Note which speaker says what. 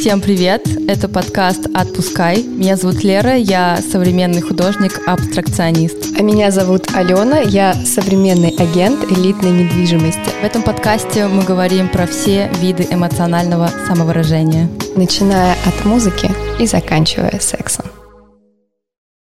Speaker 1: Всем привет! Это подкаст «Отпускай». Меня зовут Лера, я современный художник-абстракционист.
Speaker 2: А меня зовут Алена, я современный агент элитной недвижимости.
Speaker 1: В этом подкасте мы говорим про все виды эмоционального самовыражения.
Speaker 2: Начиная от музыки и заканчивая сексом.